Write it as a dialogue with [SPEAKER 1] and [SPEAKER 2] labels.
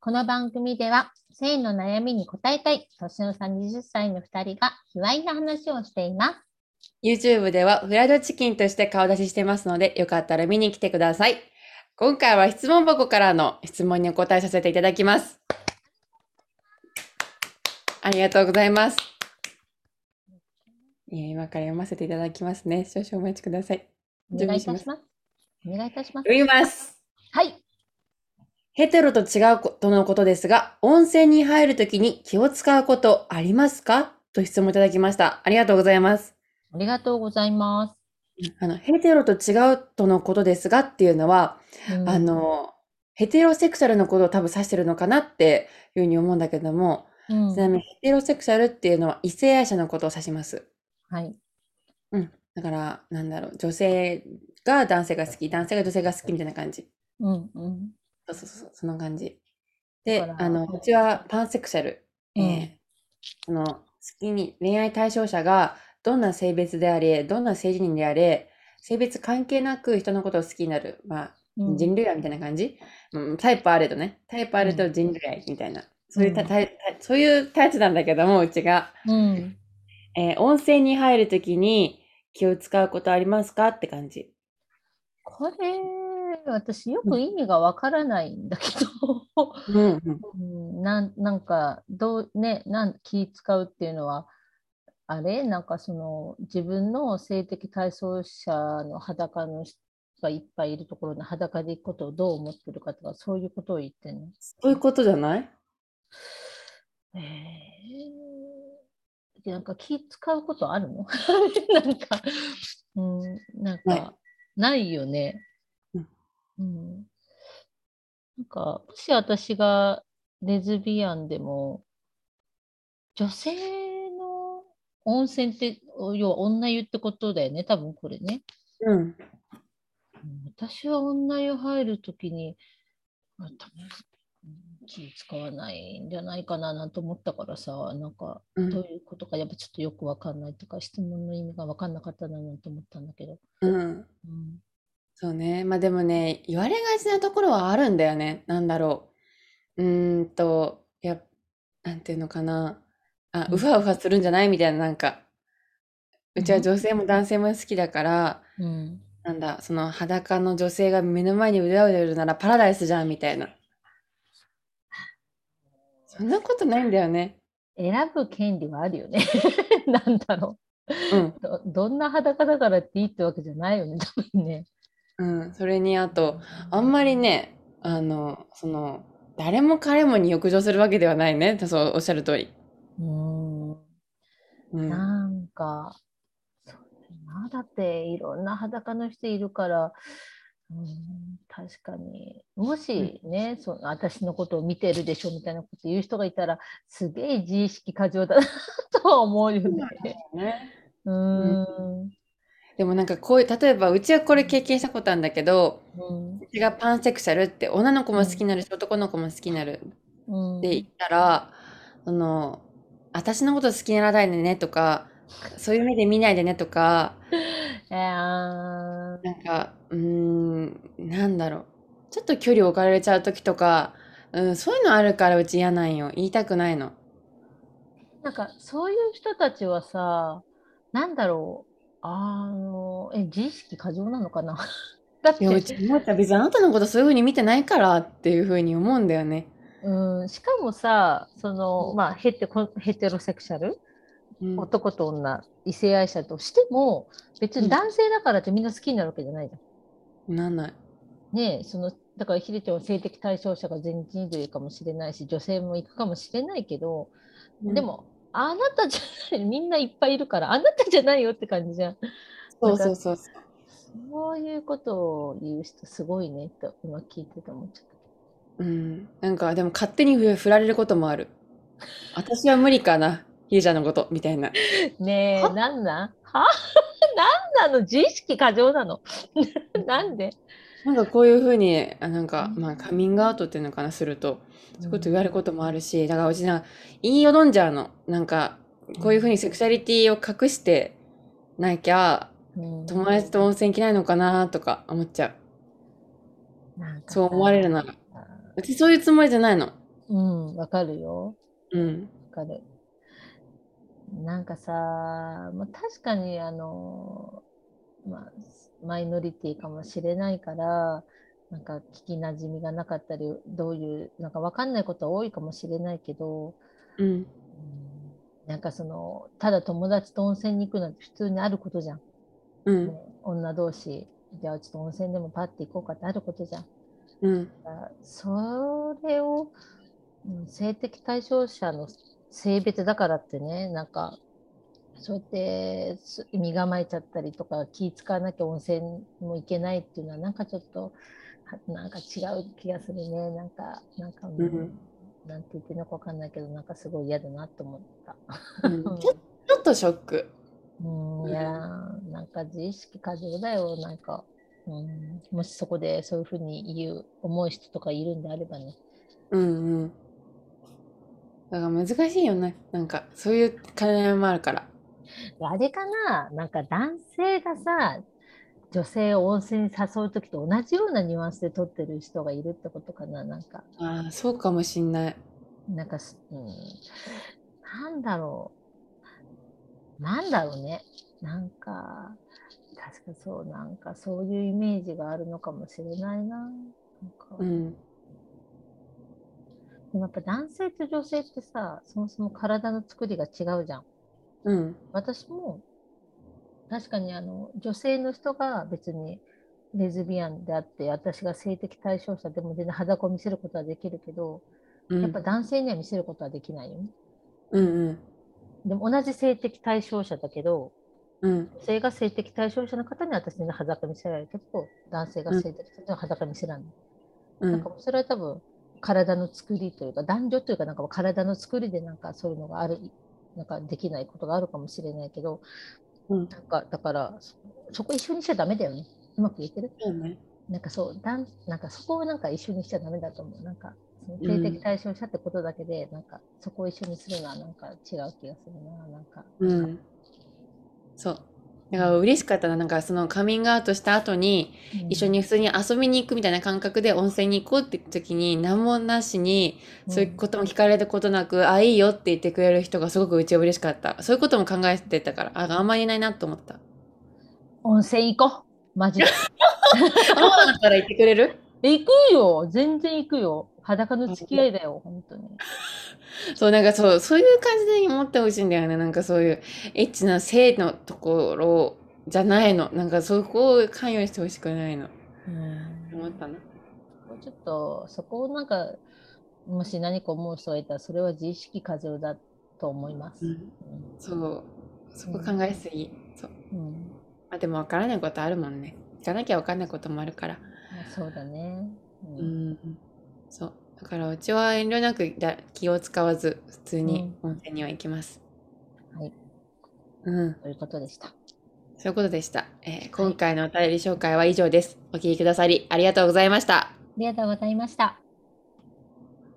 [SPEAKER 1] この番組では、性の悩みに答えたい、年の差20歳の2人が、卑猥な話をしています。
[SPEAKER 2] YouTube ではフライドチキンとして顔出ししてますので、よかったら見に来てください。今回は質問箱からの質問にお答えさせていただきます。ありがとうございます。えー今から読ませていただきますね。少々お待ちください。
[SPEAKER 1] お願いいた
[SPEAKER 2] 準備
[SPEAKER 1] し
[SPEAKER 2] し
[SPEAKER 1] ます。お願いいたします。
[SPEAKER 2] 読みます。
[SPEAKER 1] はい。
[SPEAKER 2] ヘテロと違うことのことですが、温泉に入るときに気を使うことありますかと質問いただきました。ありがとうございます。
[SPEAKER 1] ありがとうございます。
[SPEAKER 2] あの、ヘテロと違うとのことですがっていうのは、
[SPEAKER 1] うん
[SPEAKER 2] あ、の、ヘテロセクシャルのことを多分指してるのかなっていうふうに思うんだけども、
[SPEAKER 1] うん
[SPEAKER 2] ちなみにヘテロセクシャルっていうのは異性愛者のことを指します。
[SPEAKER 1] はい。
[SPEAKER 2] うん。だから、なんだろう、女性が男性が好き、男性が女性が好きみたいな感じ。
[SPEAKER 1] うんうん。
[SPEAKER 2] そうそうそう、その感じ。で、
[SPEAKER 1] だから
[SPEAKER 2] あの、うちはパンセクシャル。
[SPEAKER 1] うん
[SPEAKER 2] えーその、好きに、恋愛対象者がどんな性別であれ、どんな性自認であれ、性別関係なく人のことを好きになる。まあ、
[SPEAKER 1] うん
[SPEAKER 2] 人類愛みたいな感じ、うん、タイプあれとね。タイプあれ
[SPEAKER 1] う
[SPEAKER 2] と
[SPEAKER 1] ん
[SPEAKER 2] 人類愛みたいな。そういうタ
[SPEAKER 1] うん
[SPEAKER 2] タイプ、そういうタイプなんだけども、うちが。
[SPEAKER 1] うん。
[SPEAKER 2] えー温泉に入るときに気を使うことありますかって感じ。
[SPEAKER 1] これ、私よく意味がわからないんだけど、
[SPEAKER 2] うん、うん。
[SPEAKER 1] うんなんなんかどうねなん気使うっていうのはあれなんかその自分の性的対象者の裸の人がいっぱいいるところの裸でいくことをどう思ってるかとかそういうことを言ってんの。
[SPEAKER 2] そういうことじゃない
[SPEAKER 1] えー、なんか気使うことあるの なんか、うん、なん
[SPEAKER 2] ない
[SPEAKER 1] か、ないよね。
[SPEAKER 2] うん
[SPEAKER 1] うん。なんか、もし私がレズビアンでも、女性の温泉って、要は女湯ってことだよね、多分これね。
[SPEAKER 2] うん。
[SPEAKER 1] うん私は女湯入るときに、あ多分うん気使わないんじゃないかななんて思ったからさ、なんか、
[SPEAKER 2] うん
[SPEAKER 1] どういうことか、やっぱちょっとよくわかんないとか、質問の意味がわかんなかったななんて思ったんだけど。
[SPEAKER 2] うん。
[SPEAKER 1] うん、
[SPEAKER 2] そうね。まあでもね、言われがちなところはあるんだよね。なんだろう。うーんと、いや、なんていうのかな。あ、
[SPEAKER 1] うん
[SPEAKER 2] うわうわするんじゃないみたいな、なんか。うちは
[SPEAKER 1] うん
[SPEAKER 2] 女性も男性も好きだから、
[SPEAKER 1] うん、
[SPEAKER 2] なんだ、その裸の女性が目の前に腕を出るならパラダイスじゃん、みたいな。そんなことないんだよね。
[SPEAKER 1] 選ぶ権利はあるよね。 なんだろ
[SPEAKER 2] うん
[SPEAKER 1] う。ど。どんな裸だからっていいってわけじゃないよね、多分ね。。
[SPEAKER 2] うん。それに、あと、あんまりね、あの、その、誰も彼もに欲情するわけではないね。そう、おっしゃる通り。
[SPEAKER 1] うん。
[SPEAKER 2] うん。
[SPEAKER 1] なんか、そうだなだっていろんな裸の人いるから、うん、確かにもしね、その私のことを見てるでしょみたいなこと言う人がいたらすげえ自意識過剰だなとは思うよね。
[SPEAKER 2] ね。
[SPEAKER 1] うん、
[SPEAKER 2] でもなんかこういう、例えばうちはこれ経験したことあるんだけど、
[SPEAKER 1] うん
[SPEAKER 2] うちがパンセクシャルって女の子も好きになるし、男の子も好きになる
[SPEAKER 1] うん
[SPEAKER 2] って言ったら、その、私のこと好きにならないでねとか、そういう目で見ないでねとか、
[SPEAKER 1] えー
[SPEAKER 2] なんか、うーん、なんだろう。ちょっと距離置かれちゃう時とか、うん、そういうのあるからうち嫌なんよ。言いたくないの。
[SPEAKER 1] なんかそういう人たちはさなんだろうあのえ自意識過剰なのかな だっ
[SPEAKER 2] い
[SPEAKER 1] て
[SPEAKER 2] や、うち思ったら別にあなたのことそういうふうに見てないからっていうふうに思うんだよね。
[SPEAKER 1] うん、しかもさその、まあ、ヘテコヘテロセクシャル、
[SPEAKER 2] うん、
[SPEAKER 1] 男と女異性愛者としても別に男性だからってみんな好きになるわけじゃないじゃん。
[SPEAKER 2] なんない。
[SPEAKER 1] ねえそのだからヒデちゃんは性的対象者が全人類かもしれないし女性も行くかもしれないけど、
[SPEAKER 2] うん
[SPEAKER 1] でもあなたじゃないみんないっぱいいるからあなたじゃないよって感じじゃん。
[SPEAKER 2] そうそうそうそう。
[SPEAKER 1] そういうことを言う人すごいねと今聞いてて思っちゃった。
[SPEAKER 2] うん、なんかでも勝手にふ振られることもある。私は無理かな、ひーちゃんのことみたいな。
[SPEAKER 1] ねえ、
[SPEAKER 2] は
[SPEAKER 1] なんなんは なんなの自意識過剰なの なんで
[SPEAKER 2] なんかこういうふうに、あなんか、
[SPEAKER 1] うん
[SPEAKER 2] まあ、カミングアウトっていうのかな、すると、そういうこと言われる
[SPEAKER 1] こ
[SPEAKER 2] こともあるし、だからうちな、言いよどんじゃうの。なんか、こういうふうにセクシャリティを隠してなきゃ、
[SPEAKER 1] と
[SPEAKER 2] 友達と温泉行けないのかなとか思っちゃう。そう思われるなら。うちそういうつもりじゃないの。
[SPEAKER 1] うん、わかるよ。
[SPEAKER 2] うん。
[SPEAKER 1] わかる。なんかさ、まあ、確かにあの、まあ、マイノリティかもしれないから、なんか聞きなじみがなかったり、どういう、なんかわかんないことは多いかもしれないけど、
[SPEAKER 2] うん。
[SPEAKER 1] うんなんかその、ただ友達と温泉に行くなんて普通にあることじゃん。
[SPEAKER 2] うん。
[SPEAKER 1] 女同士、じゃあちょっと温泉でもパッて行こうかってあることじゃん。
[SPEAKER 2] うん。
[SPEAKER 1] それを、うん性的対象者の性別だからってね、なんか、そうやってす身構えちゃったりとか、気使わなきゃ温泉も行けないっていうのは、なんかちょっと、はなんか違う気がするね。なんか、なんか、うん
[SPEAKER 2] うん
[SPEAKER 1] なんて言ってんのかわかんないけど、なんかすごい嫌だなと思った。
[SPEAKER 2] うんちょちょっとショック。
[SPEAKER 1] うん、いやーなんか自意識過剰だよ、なんか。うん、もしそこでそういうふうに言う、思う人とかいるんであればね。
[SPEAKER 2] うんうん。だから難しいよね。なんか、そういう兼ね合いもあるから。
[SPEAKER 1] あれかな、なんか男性がさ、女性を温泉に誘うときと同じようなニュアンスで撮ってる人がいるってことかな、なんか、
[SPEAKER 2] ああ、そうかもしんない。
[SPEAKER 1] なんかす、うん、なんだろう、なんだろうね、なんか、確かそう、なんかそういうイメージがあるのかもしれないな。なんか
[SPEAKER 2] うん。
[SPEAKER 1] でもやっぱ男性と女性ってさ、そもそも体の作りが違うじゃん。
[SPEAKER 2] うん。
[SPEAKER 1] 私も確かにあの女性の人が別にレズビアンであって私が性的対象者でも全然裸を見せることはできるけど、
[SPEAKER 2] うん
[SPEAKER 1] やっぱ男性には見せることはできないよね。
[SPEAKER 2] うんうん。
[SPEAKER 1] でも同じ性的対象者だけど
[SPEAKER 2] うん。
[SPEAKER 1] 女性が性的対象者の方には私に裸見せられるけど男性が性的対象者には裸見せられない。
[SPEAKER 2] う
[SPEAKER 1] なんか
[SPEAKER 2] ん。
[SPEAKER 1] もうそれは多分体の作りというか男女というかなんか体の作りでなんかそういうのがあるなんかできないことがあるかもしれないけど、
[SPEAKER 2] うん
[SPEAKER 1] なんかだからそそこ一緒にしちゃダメだよねうまく言えてる
[SPEAKER 2] そうね。
[SPEAKER 1] なんかそうだんなんかそこをなんか一緒にしちゃダメだと思うなんかその性的対象者ってことだけで、なんかそこを一緒にするのはなんか違う気がするななんか
[SPEAKER 2] うん。そう。だから嬉しかったな。なんかそのカミングアウトした後に、一緒に普通に遊びに行くみたいな感覚で温泉に行こうって時に、何もなしに、そういうことも聞かれたことなく、あ、いいよって言ってくれる人がすごくうちは嬉しかった。そういうことも考えてたから、あ、あんまりいないなと思 った。
[SPEAKER 1] うん温泉行こうマジ で
[SPEAKER 2] あ、ママだったら言ってくれる
[SPEAKER 1] 行くよ全然行くよ裸の付き合いだよ本当に
[SPEAKER 2] そう、なんかそう、そういう感じで思ってほしいんだよね。なんかそういう、エッチな性のところじゃないの。なんかそこを関与してほしくないの。
[SPEAKER 1] うん
[SPEAKER 2] 思ったな。
[SPEAKER 1] もうちょっとそこをなんかもし何か思う人がいたらそれは自意識過剰だと思います。うん
[SPEAKER 2] そう。そこ考えすぎ。そう。
[SPEAKER 1] うん
[SPEAKER 2] まあでも分からないことあるもんね。行かなきゃ分かんないこともあるから。
[SPEAKER 1] まあそうだね。うん
[SPEAKER 2] うん。そう。だからうちは遠慮なくだ気を使わず、普通に温泉には行きます。
[SPEAKER 1] はい。
[SPEAKER 2] うん。
[SPEAKER 1] ということでした。
[SPEAKER 2] そういうことでした。えー今回のお便り紹介は以上です。お聞きくださりありがとうございました。
[SPEAKER 1] ありがとうございました。